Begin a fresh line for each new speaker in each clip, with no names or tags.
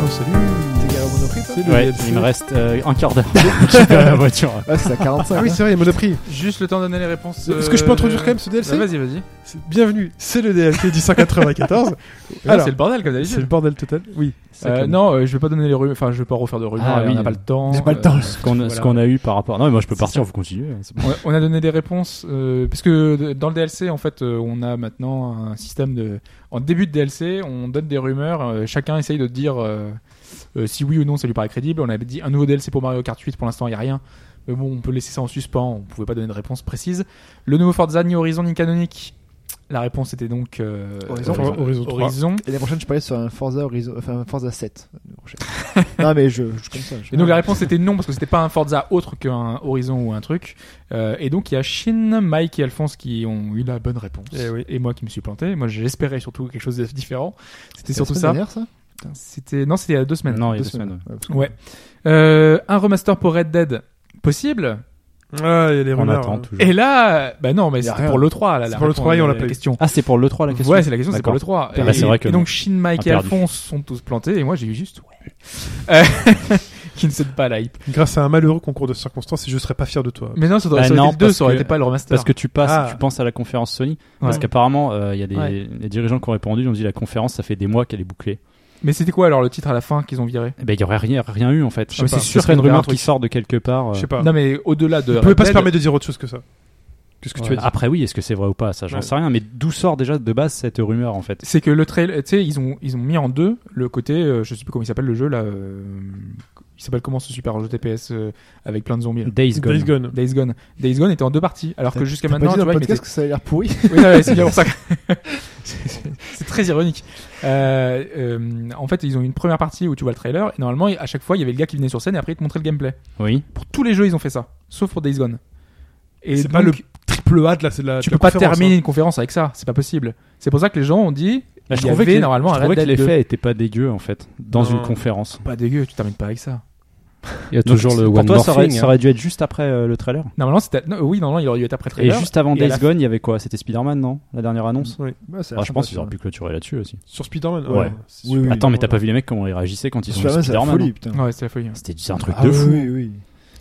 revenir. Salut T'es garé au Monoprix, toi
Ouais, il me reste euh, un quart d'heure pour récupérer la hein. voiture.
Euh,
Ah, c'est à 45.
Ah oui, c'est vrai, il y a Monoprix.
Juste le temps de donner les réponses.
Euh, Est-ce que je peux introduire quand même ce DLC
Ah, Vas-y, vas-y.
C'est- Bienvenue, c'est le DLC du 194.
Ah,
Alors,
C'est le bordel comme
c'est le
d'habitude.
bordel total. Oui.
Euh,
comme-
non, euh, je vais pas donner les rumeurs. Enfin, je vais pas refaire de rumeurs.
Ah,
on
oui.
n'a pas le temps.
J'ai pas le temps. Ce qu'on
euh, voilà.
ce qu'on a eu par rapport. Non, mais moi je peux
C'est
partir,
ça.
vous continuez. hein, c'est bon.
Euh, On a- on a donné des réponses euh, parce que de- dans le DLC en fait euh, on a maintenant un système de en début de DLC on donne des rumeurs euh, chacun essaye de dire euh, euh, si oui ou non ça lui paraît crédible on avait dit un nouveau DLC pour Mario Kart 8 pour l'instant il y a rien mais bon on peut laisser ça en suspens on pouvait pas donner de réponse précise le nouveau Forza New Horizon ni canonique la réponse était donc euh,
Horizon.
Horizon,
Horizon trois.
Horizon.
Et la prochaine, je parlais sur un Forza Horizon, enfin un Forza 7. la prochaine. non, mais je, je comme ça. je-
Et donc la réponse était non parce que c'était pas un Forza autre qu'un Horizon ou un truc. Euh, et donc il y a Shin, Mike et Alphonse qui ont eu la bonne réponse.
Eh oui.
moi qui me suis planté. Moi j'espérais surtout quelque chose de différent. C'était
la
surtout
semaine
ça.
dernière, ça
C'était non c'était il y a deux semaines.
Non, il y a
deux
deux semaines.
Ouais, parce que-
Ouais. Euh, un remaster pour Red Dead possible.
Ah, il y a les
On
rumeurs.
attend
hein.
toujours.
Et là bah non mais
Il y a
c'était
rien.
pour le 3 là.
C'est
la
pour le
réponse,
3 et on
la
l'a pas eu.
question.
Ah, c'est pour le 3 la question.
Ouais, c'est la question, c'est pour
D'accord.
le 3.
Bah, c'est
et,
vrai que
et donc Shin, Mike
Un
et
perdu.
Alphonse sont tous plantés et moi j'ai eu juste ouais. Euh, qui ne saute pas la hype.
hein. Grâce à un malheureux concours de circonstances, et je serais pas fier de toi.
Mais non, ça aurait
Bah
ça aurait
non,
été le 2,
parce
ça aurait
que-
été pas le remaster.
Parce que tu passes,
Ah.
tu penses à la conférence Sony, parce
Ouais.
qu'apparemment euh, il y a des
Ouais.
les dirigeants qui ont répondu, ils ont dit la conférence ça fait des mois qu'elle est bouclée.
Mais c'était quoi alors le titre à la fin qu'ils ont viré
Eh ben il y aurait rien, rien eu en fait.
Je sais pas.
C'est sûr
Ce serait
une
une
rumeur
rumeur
qui sort de quelque part. euh,
Je sais pas.
Non mais au-delà de.
Vous pouvez pas se
Red Dead,
permettre de dire autre chose que ça. Qu'est-ce que tu as
Ouais.
dit
Après oui, est-ce que c'est vrai ou pas Ça, j'en
Ouais.
sais rien. Mais d'où sort déjà de base cette rumeur en fait
C'est que le trailer, tu sais, ils ont ils ont mis en deux le côté, euh, je sais plus comment il s'appelle le jeu là. euh, il s'appelle comment ce super jeu TPS euh, avec plein de zombies. là
Days Gone.
Days Gone.
Days Gone. Days Gone était en deux parties, alors que jusqu'à
T'as pas
maintenant,
dit
tu
dans
vois,
le
il
podcast
mettait-
que ça a l'air pourri.
Oui, non, mais c'est bien pour ça. que- c'est- c'est- c'est très ironique. Euh, euh, en fait, ils ont une première partie où tu vois le trailer et normalement, à chaque fois, il y avait le gars qui venait sur scène et après, il te montrait le gameplay.
Oui.
Pour tous les jeux, ils ont fait ça, sauf pour Days Gone. Et
C'est pas le
donc,
triple A de la. de la-
tu
de hein. la
peux pas
conférence,
terminer une conférence avec ça, c'est pas possible. C'est pour ça que les gens ont dit
Là,
il y avait
que-
normalement
je
un
trouvais
Red
que
Dead 2.
l'effet était pas dégueu en fait dans
Non.
une conférence.
Pas dégueu, tu termines pas avec ça.
Il y a
Donc,
toujours le
pour
One
toi,
More
ça aurait,
Thing,
ça
hein.
aurait dû être juste après euh, le trailer.
Normalement, c'était non, oui, normalement, il aurait dû être après
Et
trailer.
juste avant
et à la
Days Gone, il y avait quoi C'était Spider-Man, non La dernière annonce
Ouais, ça a
Ah,
l'air
Je pense
sympa,
qu'ils auraient pu clôturer là-dessus aussi.
hein. Sur Spider-Man
Ouais.
c'est super.
Oui,
Attends, mais t'as pas vu les mecs comment ils réagissaient quand ils sont
Spider-Man,
sur
c'est la
Spider-Man
folie,
hein
putain.
Ouais, c'est la folie. hein.
C'était juste un truc
Ah
de
oui,
fou.
Oui, oui.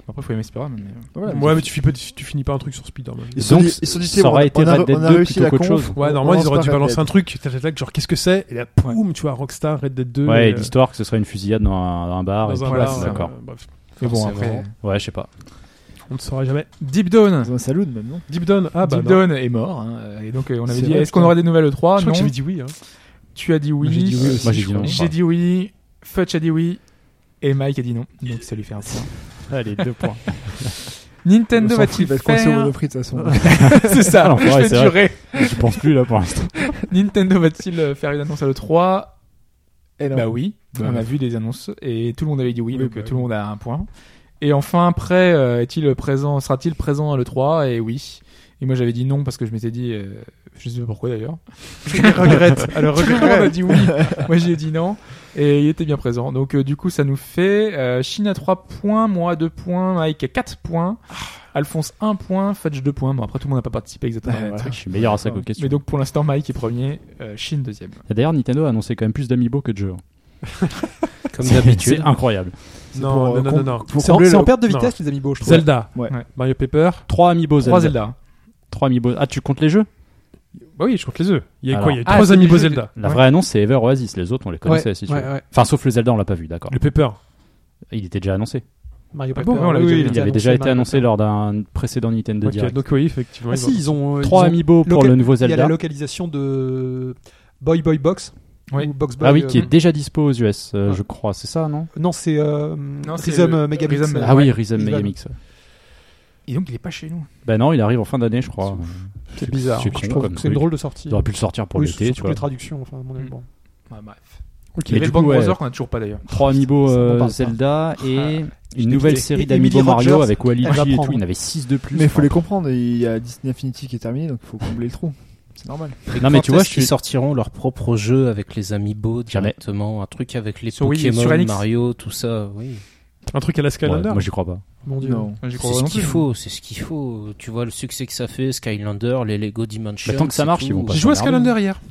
Après, faut aimer Spider-Man. mais- euh,
Voilà,
Ouais, mais tu finis pas, tu finis pas un truc sur Spider-Man.
Ils se sont
Donc,
dit, ils se sont dit,
ça
c'est bon,
aurait
on a-
été
on a-
Red Dead
on a
2
réussi
plutôt
la
qu'autre
conf,
chose.
Ouais,
on
normalement,
lance
ils auraient
pas
dû
Red
balancer
Dead.
un truc, tac, tac, tac, genre qu'est-ce que c'est Et là, boum, tu vois, Rockstar, Red Dead 2.
Ouais,
euh,
l'histoire que ce serait une fusillade dans un, dans un
Ah
bar.
Dans
et
un
tout.
Voilà,
bar,
c'est
euh,
ça.
D'accord.
bref,
Mais bon,
C'est
après.
marrant.
Ouais, je sais pas.
on ne saura jamais.
Deep Down.
Dans un saloon, même, non
Deep Down, ah bah.
Deep
non.
Down est mort. hein, Et donc, euh, on avait
C'est
dit
vrai,
est-ce qu'on
putain.
aurait des nouvelles au 3
Je crois
Non.
que j'avais dit oui. hein.
Tu as dit oui.
J'ai dit oui aussi.
Moi, j'ai dit non.
J'ai dit oui. Fudge a dit oui. Et Mike a dit non. Donc, ça lui fait un point.
Allez, deux points.
Nintendo
On s'en fout,
va-t-il
Il va être coincé au
faire
Monoprix, de toute façon.
C'est ça.
Ah non,
Je
ouais, c'est
vais
vrai.
durer.
Je pense plus là pour l'instant.
Nintendo va-t-il euh, faire une annonce à l'E3
Et non.
Bah oui,
Bah
on a
oui.
vu des annonces et tout le monde avait dit oui,
Oui,
donc euh,
bah
tout le monde a un point. Et enfin, après, euh, est-il présent, sera-t-il présent à l'E3 Et oui. Et moi j'avais dit non parce que je m'étais dit, euh, je sais pas pourquoi d'ailleurs.
regrette. Alors
Tout le monde a
regrette.
dit oui, moi j'ai dit non. Et il était bien présent. Donc euh, du coup, ça nous fait euh, Chine à 3 points, moi à 2 points, Mike à 4 points,
Ah.
Alphonse 1 point, Fudge 2 points. Bon, après tout le monde n'a pas participé exactement. à la
Je
truc.
suis meilleur à ça qu'aux questions.
Mais donc pour l'instant, Mike est premier, euh, Chine deuxième.
Et D'ailleurs, Nintendo a annoncé quand même plus d'amiibo que de jeux. hein.
comme
C'est-
d'habitude.
C'est incroyable.
Non, non, non, non.
Pour
C'est en,
combler
c'est en
le-
perte de
non.
vitesse, les amiibo, je trouve.
Zelda,
Ouais.
Mario Paper.
3 amiibo
3
Zelda.
Zelda.
Trois amiibo. Ah, tu comptes les jeux
Bah oui, je compte les œufs. Il y a
Alors.
quoi Il y a
Ah,
trois
c'est
amis
les jeux
Zelda.
La
Ouais.
vraie annonce, c'est Ever Oasis. Les autres, on les connaissait si tu
Ouais,
veux.
ouais.
Enfin, sauf le Zelda, on l'a pas vu, d'accord.
Le Paper.
Il était déjà annoncé.
Mario
Ah
Paper.
bon, on l'avait
oui,
déjà vu.
était
Il avait déjà été
Mario
annoncé
Paper.
lors d'un précédent Nintendo
Ok,
Direct.
donc oui, effectivement.
Ah
ils
si, ils ont. euh,
Trois
ils ont-
amiibo pour
loca-
le nouveau
Il y a la
Zelda.
localisation de Boy Boy Box.
Oui.
Ou Box Boy.
Ah oui,
euh,
qui est déjà dispo aux US, euh,
Ouais.
je crois. C'est ça, non
Non, c'est. euh,
c'est
Rhythm
le-
euh, Megabits.
Rhythm,
euh,
Ah oui,
ouais.
Rhythm
Ils
Megamix. ouais.
Et donc il est pas chez nous.
Ben non, il arrive en fin d'année, je crois.
C'est bizarre.
c'est
Je
con
trouve
comme
que c'est une
truc.
drôle de sortie.
Ils auraient pu le sortir pour
Oui,
l'été,
surtout
tu
les
vois.
traductions, enfin, à mon
Mm.
avis, bon.
Ouais, bref.
Ok.
Il y
Mais
avait
du
le Bang
coup, ouais,
Brother qu'on a toujours pas d'ailleurs.
Trois amiibo
ça, on en
euh,
parle pas.
Zelda et une
l'ai
nouvelle
quitté.
série
Et
d'amiibo
Emily
Mario
Rogers,
avec
elle va
Waluigi et tout.
prendre.
Il y en avait 6 de plus.
Mais il faut
Enfin,
les comprendre. Il y a Disney Infinity qui est terminé, donc il faut combler le trou. C'est normal.
Non, mais tu vois, je suis.
suis sorti.
sortiront
sortiront
leur.
leur-
leur propre jeu avec les amiibo
Jamais.
directement, un truc avec les
Sur Wii,
Pokémon,
sur NX.
Mario, tout ça, oui.
ont- Un truc à la Skylander.
Moi, j'y crois pas.
Mon dieu.
Non.
J'y
C'est
pas
ce
non
qu'il
plus.
faut, c'est ce qu'il faut. Tu vois le succès que ça fait, Skylander, les Lego Dimensions.
Bah, tant que ça
c'est
marche,
tout.
ils vont pas
J'ai joué à
Pardon.
Skylander hier.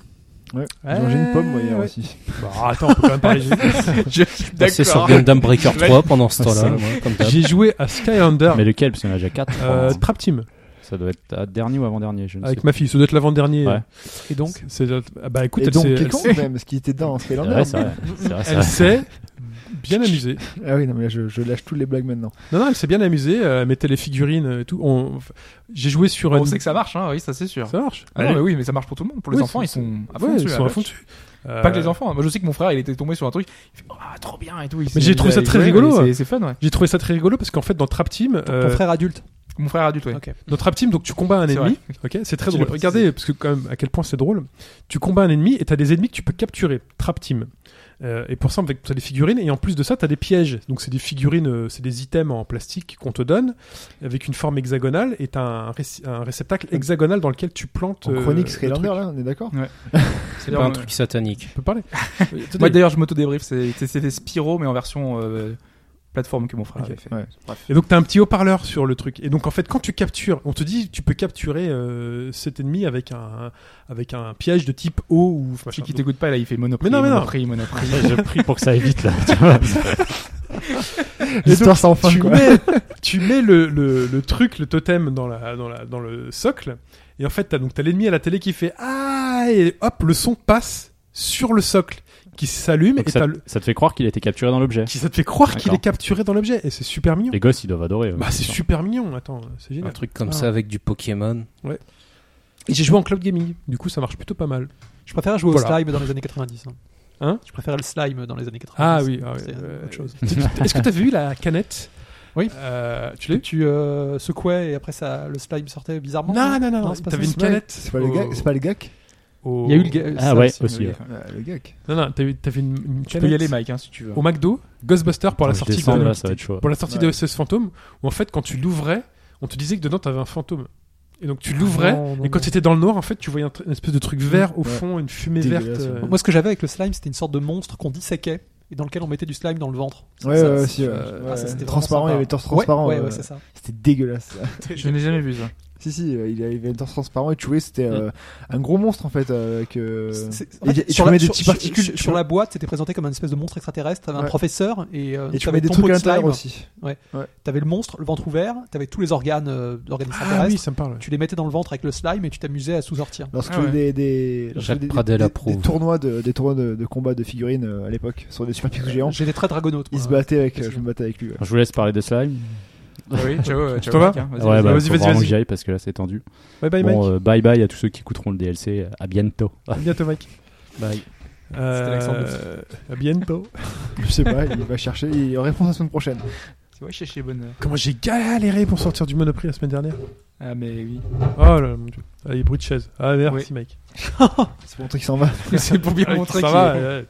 J'ai une pomme, moi, hier
ouais.
aussi.
Bah, attends, on peut quand même parler.
Je-
Passé sur
D'accord.
Gundam Breaker
Ouais.
3 pendant ce temps-là,
Ça.
moi, comme d'hab.
J'ai joué à Skylander,
Mais lequel Parce qu'on a déjà 4.
euh, Trap Team,
Ça doit être à dernier ou avant-dernier, je ne sais
avec ma fille. Ça doit être l'avant-dernier.
Ouais.
Et donc c'est, ah Bah écoute,
Et
elle
donc,
s'est-
Donkey
elle
Kong,
s'est-
même, parce qu'il était dans
pas.
Skylander.
Ouais, c'est vrai. C'est vrai, c'est
elle
vrai.
s'est bien amusée.
Ah oui, non, mais là, je, je lâche toutes les blagues maintenant.
Non, non, elle s'est bien amusée, euh, elle mettait les figurines et tout. On- f- J'ai joué sur
On
une-
sait que ça marche, hein, oui, ça c'est sûr.
Ça marche.
Ah non, mais oui, mais ça marche pour tout le monde. Pour les
Oui,
enfants,
c'est-
ils sont à fond
Ouais,
dessus,
ils
la
sont à
vache.
fond dessus.
Pas que les
Euh,
enfants. Moi, je sais que mon frère, il était tombé sur un truc. Il fait Ah, trop bien et tout. il s'est
j'ai
mis
trouvé
à
ça très
rigoler,
rigolo.
et C'est c'est fun, ouais.
J'ai trouvé ça très rigolo parce qu'en fait, dans Trap Team,
Ton
euh,
frère adulte.
Mon frère adulte, ouais.
Ok.
dans Trap Team, donc tu combats un
C'est
ennemi. Ok, c'est très
Tu
drôle.
l'as
Regardez, parce que quand même, à quel point c'est drôle. Tu combats un ennemi et t'as des ennemis que tu peux capturer. Trap Team. Euh, et pour ça, avec- t'as des figurines et en plus de ça, t'as des pièges. Donc c'est des figurines, euh, c'est des items en plastique qu'on te donne avec une forme hexagonale et t'as un, réci- un réceptacle hexagonal dans lequel tu plantes.
En
euh,
chronique
le
Skylander,
truc.
là, on est d'accord
C'est
Pas un truc satanique.
On peut parler. Euh, tenez,
Moi, d'ailleurs, je m'auto-débrief. c'est- c'est- C'était Spyro, mais en version euh, plateforme que mon frère
Ok.
avait fait.
Ouais.
Et donc t'as un petit haut-parleur sur le truc. Et donc en fait quand tu captures, on te dit tu peux capturer euh, cet ennemi avec un avec un piège de type eau ou machin.
Celui qui
Donc,
t'écoute pas, là, il fait Monoprix.
Mais non, mais non.
Monoprix, Monoprix.
Je prie pour que ça évite là. tu vois.
L'histoire sans fin,
tu
quoi.
mets, tu mets le, le, le truc, le totem dans la dans la dans le socle. Et en fait t'as donc t'as l'ennemi à la télé qui fait ah et hop le son passe sur le socle qui s'allume
Donc
et
ça,
t'as le-
ça te fait croire qu'il a été capturé dans l'objet.
qui ça te fait croire qu'il
D'accord.
est capturé dans l'objet. Et c'est super mignon.
Les gosses, ils doivent adorer. ouais.
Bah c'est super mignon. Attends c'est
Un
génial.
truc comme
Ah.
ça avec du Pokémon.
Et j'ai joué en cloud gaming. Du coup ça marche plutôt pas mal.
Je préfère jouer
Voilà.
au slime dans les années 90. Hein.
Hein
Je préfère le slime dans les années 90.
Ah oui, ah oui,
C'est,
euh,
euh,
autre chose. Est-ce que t'as vu la canette
Oui.
Euh, tu
Que
l'as eu
tu euh, secouais et après ça, le slime sortait bizarrement.
Non, non, non, non.
c'est pas
T'avais
ça.
une canette.
C'est pas le
au-
gag C'est pas le gag
au-
Il y a eu le ga-
Ah
ça
ouais,
aussi.
aussi. ouais.
Euh, Le gag.
Non, non, t'avais t'avais une, une
Tu
canette.
peux y aller, Mike, hein, si tu veux.
Au McDo, Ghostbuster pour la
Je
sortie
descends,
de
là, ça va être chaud.
pour la sortie
Ouais.
de SS Fantôme, où en fait quand tu l'ouvrais, on te disait que dedans t'avais un fantôme. Et donc tu l'ouvrais.
Non, non,
Et quand
non.
c'était dans le noir, en fait, tu voyais un tr- une espèce de truc vert au
Ouais.
fond, une fumée
Dégueulasse,
verte. euh,
ouais.
Moi, ce que j'avais avec le slime, c'était une sorte de monstre qu'on disséquait et dans lequel on mettait du slime dans le ventre. Ça,
Ouais,
ça,
ouais,
ça,
aussi, ouais.
euh,
Ouais,
ah, ça, c'était vraiment
Transparent, il y
sympa.
avait le torse transparent.
Ouais, ouais,
euh,
ouais, c'est ça.
C'était dégueulasse. ça.
Je n'ai jamais vu ça.
Si, si, euh, il avait une torse transparent et tu vois, c'était euh, un gros monstre en fait. euh, avec, euh,
C'est- c'est- en
et
fait,
tu
sur
mets
la-
des
sur-
petits
sur-
particules,
sur-
tu
Sur
vois.
la boîte, c'était présenté comme une espèce de monstre extraterrestre. T'avais un
Ouais.
professeur et, euh,
Et tu
t'avais
mets des
ton
trucs
pot
à
de
l'intérieur
slime.
aussi.
T'avais le monstre, le ventre ouvert, t'avais tous les organes euh, d'organes
Ah oui,
extraterrestres.
ça me parle.
Tu les mettais dans le ventre avec le slime et tu t'amusais à sous-sortir.
Lorsque
Ah ouais.
des, des, lorsque
Jacques
des- des-
Pradel
des-
approuve.
des tournois de, des tournois de, de combat de figurines euh, à l'époque sur des super pixels géants,
J'étais très dragonaute.
il
moi.
se battait avec,
Qu'est-ce
euh, je me battais avec lui. ouais.
Je vous laisse parler de slime.
Ah oui, ciao, euh, ciao,
Ça va
Mike, hein, vas-y,
ouais,
vas-y.
bah,
vas-y,
faut
vas-y,
vraiment
vas-y.
que j'y aille parce que là, c'est tendu.
Bye bye,
bon,
Mike.
euh, bye bye à tous ceux qui écouteront le DLC. À bientôt.
À bientôt, Mike.
Bye.
Euh,
l'accent
à bientôt.
Je sais pas, il va chercher, il répond la semaine prochaine.
Tu vois, chez chez Bonheur.
Comment j'ai galéré pour sortir du Monoprix la semaine dernière.
Ah, mais oui.
Oh là là, mon dieu. Ah, les bruits de chaise. Ah, merci, Mike.
C'est pour montrer qu'il s'en va.
C'est pour bien
Ah,
montrer
ça
qu'il
va.
est
euh,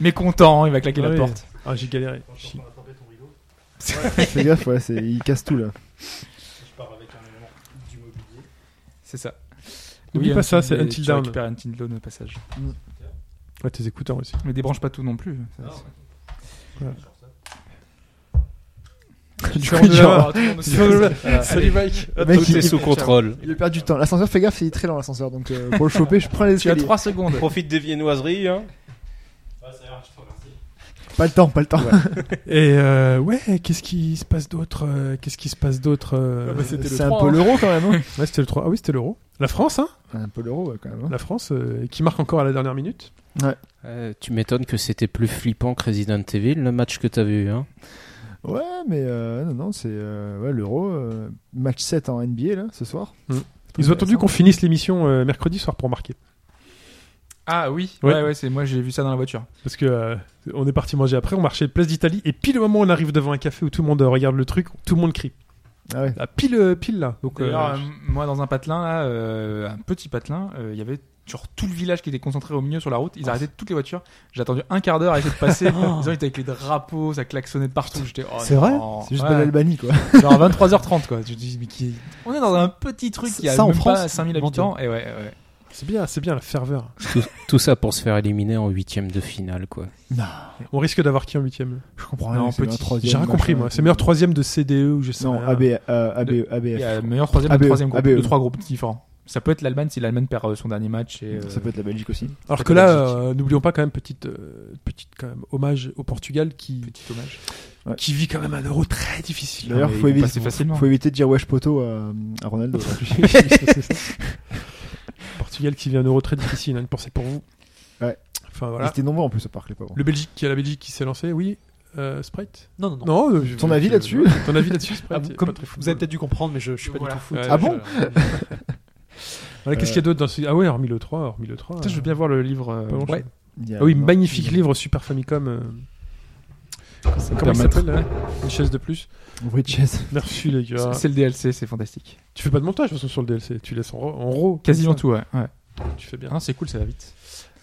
mécontent, il va claquer
Ah
la
oui.
porte.
Ah, j'ai galéré. Chi-
Fais gaffe, ouais, c'est- il casse tout là.
C'est ça.
N'oublie
Oui,
pas ça, c'est
mais
Until
tu
Dawn.
récupères Until Dawn au passage.
Ouais, tes écouteurs aussi.
Mais débranche pas tout non plus. Ça, c'est-
Du
sors
coup,
de
il
là-bas.
genre,
Salut, Mike.
le mec,
Tout
il,
est sous
il,
contrôle.
il perd du temps. L'ascenseur, fais gaffe, il est très lent l'ascenseur, donc euh, pour le choper, je prends les
Tu as
escaliers.
3 secondes.
Profite des viennoiseries, hein.
Pas le temps, pas le temps.
Et euh, ouais, qu'est-ce qui se passe d'autre euh, Qu'est-ce qui se passe d'autre euh,
c'est un peu l'euro quand même. hein.
Ouais, c'était le 3. Ah oui, c'était l'euro. La France, hein
un peu l'euro ouais, quand même. hein.
La France, euh, qui marque encore à la dernière minute.
Euh, tu m'étonnes que c'était plus flippant que Resident Evil, le match que t'as vu, hein.
Ouais, mais euh, non, non, c'est euh, ouais, l'euro. euh, match 7 en NBA là, ce soir.
Mm. Ils
C'est
ont attendu
intéressant.
qu'on finisse l'émission euh, mercredi soir pour marquer.
Ah oui,
Ouais.
ouais, ouais, c'est moi j'ai vu ça dans la voiture.
Parce que euh, on est parti manger après, on marchait place d'Italie, et pile au moment où on arrive devant un café où tout le monde euh, regarde le truc, tout le monde crie.
Ah ouais.
Ah, pile, euh, pile là. Donc, euh,
D'ailleurs, euh, moi dans un patelin là, euh, un petit patelin, euh, il y avait genre tout le village qui était concentré au milieu sur la route. Ils arrêtaient toutes les voitures. J'ai attendu un quart d'heure à essayer de passer. Ils ont été avec les drapeaux, ça klaxonnait de partout. J'étais. oh
C'est
non.
vrai
C'est juste
Ouais.
pas l'Albanie quoi.
Genre à 23h30 quoi. Je dis, mais qui... On est dans un petit truc qui a
Ça, en
même pas
France,
5000
mon
habitants. Et ouais, ouais.
c'est bien, c'est bien la ferveur.
Tout ça pour se faire éliminer en huitième de finale, quoi.
On risque d'avoir qui en huitième
Je comprends
Non,
rien. c'est
petit.
un troisième,
J'ai rien
machin,
compris moi. C'est meilleur troisième de CDE ou je sais
Non,
rien.
AB, euh, AB,
Il y
ABF.
a le meilleur troisième et
ABE,
troisième groupe.
ABE.
De trois groupes différents. Ça peut être l'Allemagne si l'Allemagne perd euh, son dernier match. Et, euh,
Ça peut être la Belgique aussi.
Alors
c'est
que là,
logique.
euh, n'oublions pas quand même petite, euh, petite quand même hommage au Portugal qui,
petit hommage.
qui vit quand même un euro très difficile.
D'ailleurs,
mais
faut
ils vont
éviter,
passer facilement.
faut éviter de dire wesh poto à, à Ronaldo.
Portugal qui vit un euro très difficile. Hein, une pensée pour vous.
Ouais.
Enfin
Ils
voilà.
étaient nombreux en plus au parc les pauvres.
Le Belgique qui a la Belgique qui s'est lancée, oui. Euh, Sprite.
Non, non, non.
Non. euh, je-
Ton avis
je-
là-dessus
Ton avis là-dessus, Sprite.
Ah, vous,
c'est
comme-
pas très
vous avez
football.
peut-être dû comprendre, mais je, je suis pas
Voilà.
du tout foot.
Ouais,
Je-
Ah bon
je-
Voilà, Qu'est-ce qu'il y a d'autre dans ce... Ah ouais, hormis le 3, hormis le 3.
Putain, je
euh,
veux bien voir le livre. euh,
pas grand-chose.
ouais.
Il y a-
Ah oui,
non,
magnifique
il-
livre Super Famicom. euh, Comment il
permettre.
s'appelle là Une chaise de plus.
Ouvrier de chaise.
Merci les
c'est-
gars.
C'est le DLC, c'est fantastique.
Tu fais pas de montage de toute façon, sur le DLC, tu laisses en, ro- en raw.
Quasiment tout, ouais. ouais.
Tu fais bien.
Ah non, c'est cool, ça va vite.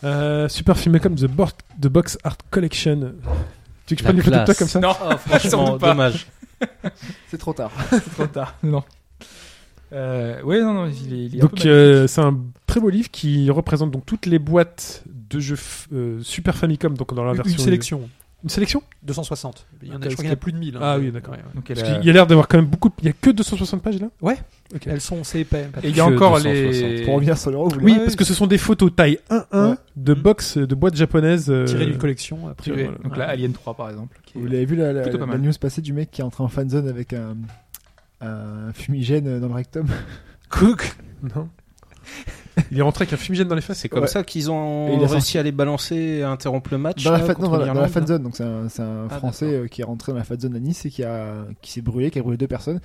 Euh, super filmé comme The, Bo- The Box Art Collection. Tu veux que je
La
prenne une photo de toi
classe.
comme ça
Non,
Ah, franchement,
Surtout pas.
dommage.
C'est trop tard.
c'est trop tard. Non. Euh, ouais, non, non, il est, il est un peu
Donc
mal-
euh, c'est un très beau livre qui représente donc toutes les boîtes de jeux f- euh, Super Famicom donc dans la
Une,
version
sélection.
Une sélection
260. Il y en a,
Ok,
je crois qu'il y en a plus de 1000. hein.
Ah oui, d'accord.
ouais.
Donc, elle
Parce
a-
qu'il y a l'air d'avoir quand même beaucoup il y a que 260 pages là Ok.
Elles sont c'est épais.
Et il y a
Que
encore
260.
les.
Pour revenir sur l'euro, vous
Oui,
voulez-
parce que ce sont des photos taille 1-1
Ouais.
de
Mhm.
box de boîtes japonaises euh,
Tirées d'une collection. a priori.
Tiré.
Voilà.
Donc là, Alien 3 par exemple. qui est-
Vous l'avez vu la, la-
Plutôt pas
la
mal.
news passée du mec qui est entré en fanzone avec un, un fumigène dans le rectum.
Non. Il est rentré avec un fumigène dans les fesses.
C'est comme
Ouais.
ça qu'ils
Et il
ont
est
réussi à les balancer, à interrompre le match.
Dans la,
là,
fan-
contre
non, dans la- dans la
l'Irlande.
fanzone, donc c'est un, c'est un
Ah,
Français
d'accord.
euh, qui est rentré dans la fanzone à Nice et qui, a, qui s'est brûlé, qui a brûlé deux personnes.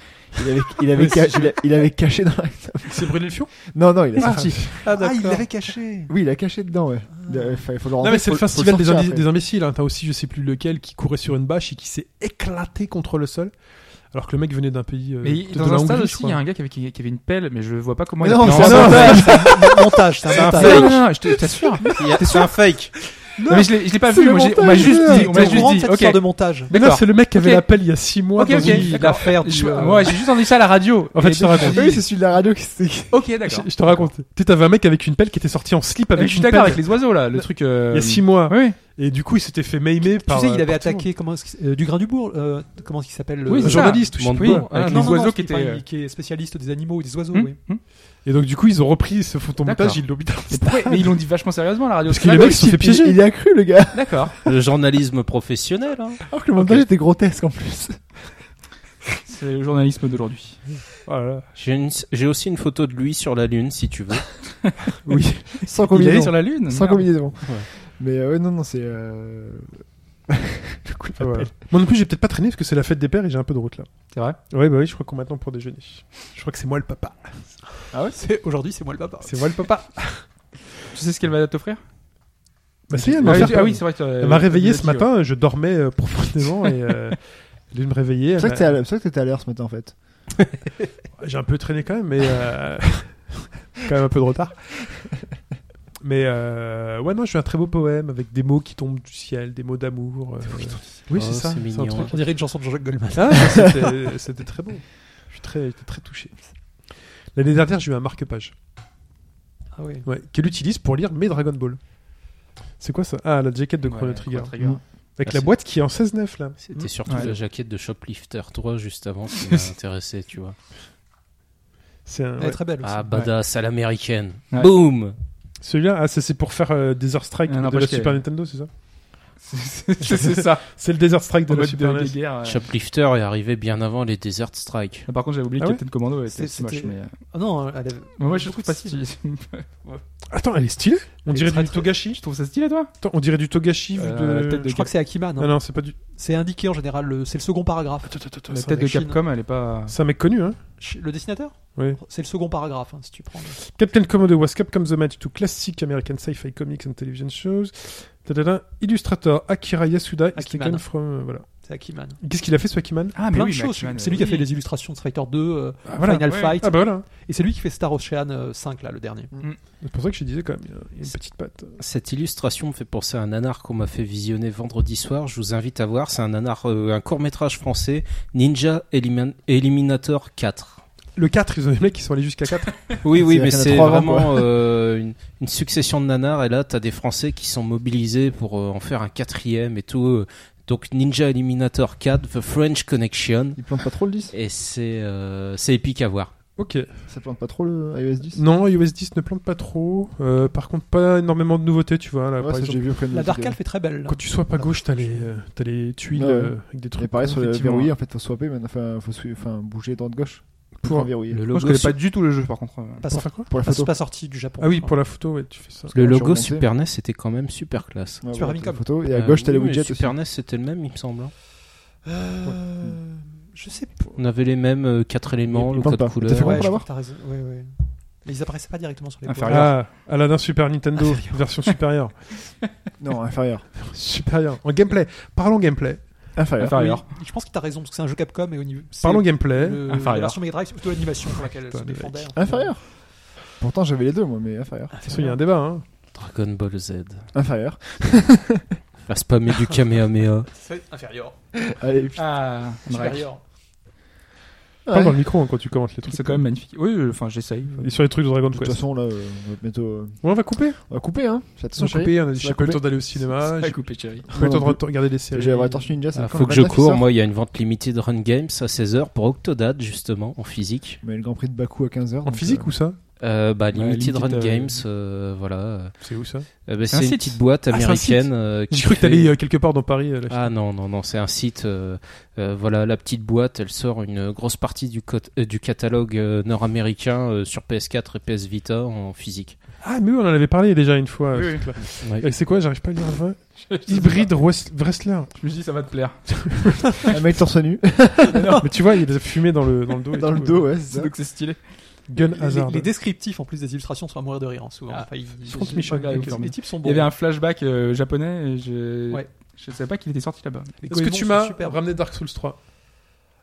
Il avait, il avait, ca- il a- il avait caché dans le rectum.
Il s'est brûlé le fion
Non, non, il a
Ah.
sorti.
Ah, il l'avait caché.
Oui, il a caché dedans, ouais. Il a- fa- faut le
Non,
rentrer,
mais c'est
faut-
le
faut
festival des,
sortir
imbi-
après.
des imbéciles. hein. T'as aussi, je sais plus lequel, qui courait sur une bâche et qui s'est éclaté contre le sol. Alors que le mec venait d'un pays. euh,
Mais
peut-être de
dans
la
un stade
Hongrie, je
aussi, il y a
crois.
un gars qui avait, qui qui avait une pelle, mais je vois pas comment
Mais
il a
non,
pu-
c'est un
non,
montage.
montage, c'est Ah, un montage.
non, non, non, je te- je t'assure.
Il y a- C'est un fake.
Non, mais je l'ai je l'ai pas
C'est
vu.
le
moi, j'ai- on m'a
montage,
juste
ouais.
dit. On
T'es
m'a
au courant de
juste dit.
cette
Ok.
histoire de montage
Mais non,
D'accord.
c'est le mec qui avait
Ok.
la pelle il y a 6 mois.
Ok,
dans
ok.
une-
D'accord.
L'affaire
Je-
du. euh,
Moi, j'ai juste entendu ça à la radio.
En fait,
Et
je te
donc,
raconte.
me
Oui,
suis
c'est celui de la radio qui s'était.
dit, Ok,
Je,
d'accord.
je te raconte. Tu t'avais un mec avec une pelle qui était sorti en slip
Mais
avec
Je suis
une
d'accord
pelle
avec les oiseaux là, le truc. euh,
il y a 6 mois.
Oui.
Et du coup, il s'était fait maimer
Tu
par.
sais, il
euh,
avait
par tout le monde.
attaqué comment est-ce que- euh, du grain du bourg. euh, Comment est-ce qu'il s'appelle le-
Oui,
Un
c'est ça.
journaliste, ou je sais
Monde
pas.
Oui,
Oui,
avec
Non,
les
non,
oiseaux
non,
qui
qui paraît,
étaient. euh,
qui est spécialiste des animaux et des oiseaux.
Hum,
oui.
hum.
Et donc, du coup, ils ont repris ce photomontage,
D'accord.
ils l'ont mis dans le
Et pourquoi- Mais ils l'ont dit vachement sérieusement à la radio.
Parce que les mecs se sont fait
Il,
piéger.
il a cru, le gars.
D'accord.
Le journalisme professionnel. hein.
Alors que le montage était grotesque en plus.
C'est le journalisme d'aujourd'hui.
Voilà.
J'ai une- j'ai aussi une photo de lui sur la lune, si tu veux.
Oui.
Sans
Il allait
combinaison.
sur la lune.
Sans
merde.
combinaison. Mais euh, ouais, non, non, c'est. euh, le coup de la
Voilà.
pelle.
Moi non plus, j'ai peut-être pas traîné parce que c'est la fête des pères et j'ai un peu de route là.
C'est vrai.
Ouais, bah oui, je crois qu'on m'attend pour déjeuner. Je crois que c'est moi le papa.
C'est- Aujourd'hui, c'est moi le papa.
C'est moi le papa.
Tu sais ce qu'elle va t'offrir
Bah si, elle
Ah
m'a
oui,
fait-
tu- ah oui, c'est vrai. que, euh,
elle m'a réveillé
tu l'as
ce
dit,
matin, je dormais euh, profondément et euh, elle est me réveiller.
C'est
elle
vrai
m'a-
que t'es à l'heure- c'est vrai que t'étais à l'heure ce matin en fait.
J'ai un peu traîné quand même, mais euh, quand même un peu de retard. Mais euh, ouais, non, je suis un très beau poème avec des mots qui tombent du ciel, des mots d'amour. euh, Oui,
Oh,
c'est ça.
c'est
c'est un
mignon.
truc.
On dirait une chanson de Jean-Jacques Goldman.
Ah, mais c'était- c'était très beau. Je suis très, j'étais très touché. L'année dernière, j'ai eu un marque-page
Ah oui.
ouais, qu'elle utilise pour lire mes Dragon Ball. C'est quoi ça Ah, la jaquette de
ouais.
Chrono
Ouais,
Trigger.
Chrono Trigger.
Avec
Ah,
la
c'est-
boîte qui est en 16-9 là.
C'était surtout
Ouais.
la jaquette de Shoplifter 3 juste avant qui m'a intéressé, tu vois.
C'est un-
Elle
ouais.
est très belle aussi.
Ah, badass à l'américaine.
Ouais.
Boom
Celui-là, ah, ça, c'est pour faire euh, Desert Strike
Un
de la
empêche qu'elle-
Super Nintendo, c'est ça
C'est c'est ça.
C'est le Desert Strike de
En
la
mode
Super E
de
NES.
guerre, euh.
Shoplifter est arrivé bien avant les Desert Strike.
Ah, Par contre, j'avais oublié
Ah
que
ouais
Captain Commando était
C'est-
smash.
c'était-
Mais euh,
Ah non, elle avait-
mais moi, je le trouve pas
Stylé.
stylé.
Attends, elle est stylée On
Elle est
dirait
très,
du
très-
Togashi
Tu trouves ça stylé, toi
Attends, on dirait du Togashi vu
Euh,
de...
la tête de-
Je crois que c'est Akiman.
Non,
hein.
non, c'est pas du...
C'est indiqué en général, le- c'est le second paragraphe.
La
c'est un
tête de
mec-
Chine.
Capcom, elle est pas.
C'est un mec connu, hein
Ch- Le dessinateur
Oui.
C'est le second paragraphe, hein, si tu prends. le-
Captain Commando was Capcom the Match to Classic American Sci-Fi Comics and Television Shows. Tadada. Illustrator Akira Yasuda is
Akiman.
taken from... euh, voilà.
C'est Akiman.
Qu'est-ce qu'il a fait, ce Akiman
Ah,
Plein
oui,
de
mais
choses.
Action Man,
C'est lui qui a
oui.
fait les illustrations de Fighter 2, euh,
Ah, voilà.
Final
ouais.
Fight.
Ah bah voilà.
Et c'est lui qui fait Star Ocean euh, 5, là, le dernier.
C'est pour ça que je disais quand même, il y a- il y a une petite patte.
Cette illustration me fait penser à un nanar qu'on m'a fait visionner vendredi soir. Je vous invite à voir. C'est un nanar, euh, un court-métrage français, Ninja Elimin- Eliminator 4.
Le 4, ils ont des mecs qui sont allés jusqu'à 4.
Oui, oui,
C'est-à-dire qu'il
mais
y en a
c'est
trois avant,
vraiment euh, une, une succession de nanars. Et là, t'as des Français qui sont mobilisés pour euh, en faire un quatrième et tout. euh. Donc, Ninja Eliminator 4, The French Connection.
Il plante pas trop le 10
Et c'est euh, c'est épique à voir.
Ok.
Ça plante pas trop le iOS 10
Non, iOS 10 ne plante pas trop. Euh, par contre, pas énormément de nouveautés, tu vois. Là,
Ouais,
par
ça,
exemple,
j'ai vu auprès de
La
nos vidéos.
Dark Alf est très belle. hein.
quand tu swaps à gauche, t'as les, euh, t'as les tuiles
Ouais, ouais.
euh, avec des trucs.
Et pareil sur le
Effectivement.
verrouillé, en fait, faut swapper, mais enfin, faut swi- enfin, bouger droite gauche pour
Pour,
verrouiller.
Le
Moi, je
logo,
connais
su-
pas du tout le jeu, par contre.
Pas,
pour
sorti,
faire quoi
Pour la
pas,
photo.
pas sorti du Japon.
Ah oui,
enfin.
pour la photo, ouais, tu fais ça.
le
je suis
logo
remonté.
Super NES était quand même super classe.
Ouais, voilà,
Super Famicom.
la photo. Et à
Euh,
gauche, t'as les
oui, mais
widgets aussi.
Super NES, c'était le même, il me semble. hein.
Euh, Je sais pas.
On avait les mêmes euh, quatre éléments,
Il
le
plante
code
pas.
couleur.
T'as fait comment
ouais,
pour
je
l'avoir
crois que t'as raison. Ouais, ouais. Mais ils apparaissaient pas directement sur les
Inférieur.
boîtes.
Ah, Aladdin Super Nintendo,
Ah,
version supérieure.
Non, inférieur.
supérieure. En gameplay. Parlons gameplay.
Inférieur.
Inférieur.
Oui, je pense que t'as raison parce que c'est un jeu Capcom et au niveau. c'est
Parlons gameplay.
le-
Inférieur.
La version Mega Drive, c'est plutôt l'animation pour laquelle elle se
Putain, le
défendait. hein.
Inférieur. Pourtant, j'avais les deux, moi, mais inférieur.
De toute façon, il y a un débat. Hein.
Dragon Ball Z.
Inférieur.
Faire spammer du Kamehameha.
C'est inférieur.
Allez, putain.
Ah, Drake.
Supérieur.
Parle dans
Ouais.
le micro hein, quand tu commentes les trucs.
c'est quand même magnifique. Oui, euh, enfin, j'essaye.
Et sur les trucs de Dragon
De toute
Quest.
façon, là, euh, on va bientôt. euh,
Ouais, on va couper.
On va couper, hein. J'ai
On va couper. On a dit,
Ça
j'ai
va
pas eu le
couper.
temps d'aller au cinéma. J'ai
coupé, chérie.
pas eu le temps de re- regarder des séries.
J'ai la Torche Ninja, ça
Ah, faut que je cours. Moi, il y a une vente limitée de Run Games à 16h pour Octodad, justement, en physique.
Mais le Grand Prix de Baku à 15h.
En physique ou ça
Euh, bah, Limited
Limited,
Run
euh,
Games, euh, voilà.
C'est où ça
Euh, bah,
C'est un
c'est une
site.
petite boîte
Ah, c'est un site.
américaine. euh, qui
J'ai cru que
fait-
t'allais euh, quelque part dans Paris. euh, la-
Ah non, non, non, c'est un site. euh, euh, voilà, la petite boîte, elle sort une grosse partie du, cot- euh, du catalogue euh, nord-américain euh, sur PS4 et PS Vita en physique.
Ah, mais oui, on en avait parlé déjà une fois.
Oui,
euh,
oui.
ce truc-là.
Ouais.
Et c'est quoi J'arrive pas à lire le vrai. Hybrid Wres- Wrestler.
Je me dis, ça va te plaire.
Un mec torse nu.
Mais tu vois, il y a de la fumée dans le, dans le dos. et
Dans
tout,
le
euh.
dos, ouais, c'est ça.
Donc, c'est stylé.
Gun
Les-
Hazard.
Les, les descriptifs en plus des illustrations sont à mourir de rire hein, souvent.
Ah,
Enfin, ils- ils-
sont méchants,
les-
les gars,
les,
ils
types sont
Il
bons.
y avait un flashback euh, japonais et je...
Ouais.
je savais pas qu'il était sorti là-bas.
Les
Est-ce que
Goemon
tu
sont
m'as
superbes.
ramené Dark Souls 3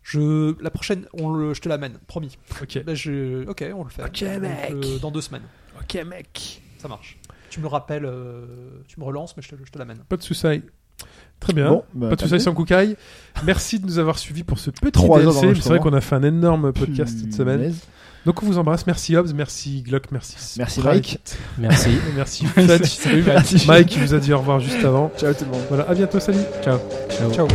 Je la prochaine, on le, je te l'amène, promis.
Ok.
Là, je, ok, on le fait.
Ok,
Donc,
mec.
euh, dans deux semaines,
Ok, mec.
ça marche. Tu me le rappelles, euh, tu me relances, mais je te, je te l'amène.
Pas de soucis. Très bien.
Bon, bah,
hein. Pas de
t'as
soucis
fait.
sans Koukaï. Merci de nous avoir suivis pour ce petit
Trois
DLC.
heures
mais C'est vrai
d'enregistrement.
qu'on a fait un énorme podcast cette semaine.
Punaise.
Donc on vous embrasse. Merci Hobbs, merci Glock, merci
Merci,
Sprite.
Merci.
Merci Fudge. Mike qui nous a dit au revoir juste avant.
Ciao tout le monde.
Voilà, à bientôt, salut.
Ciao.
Ciao.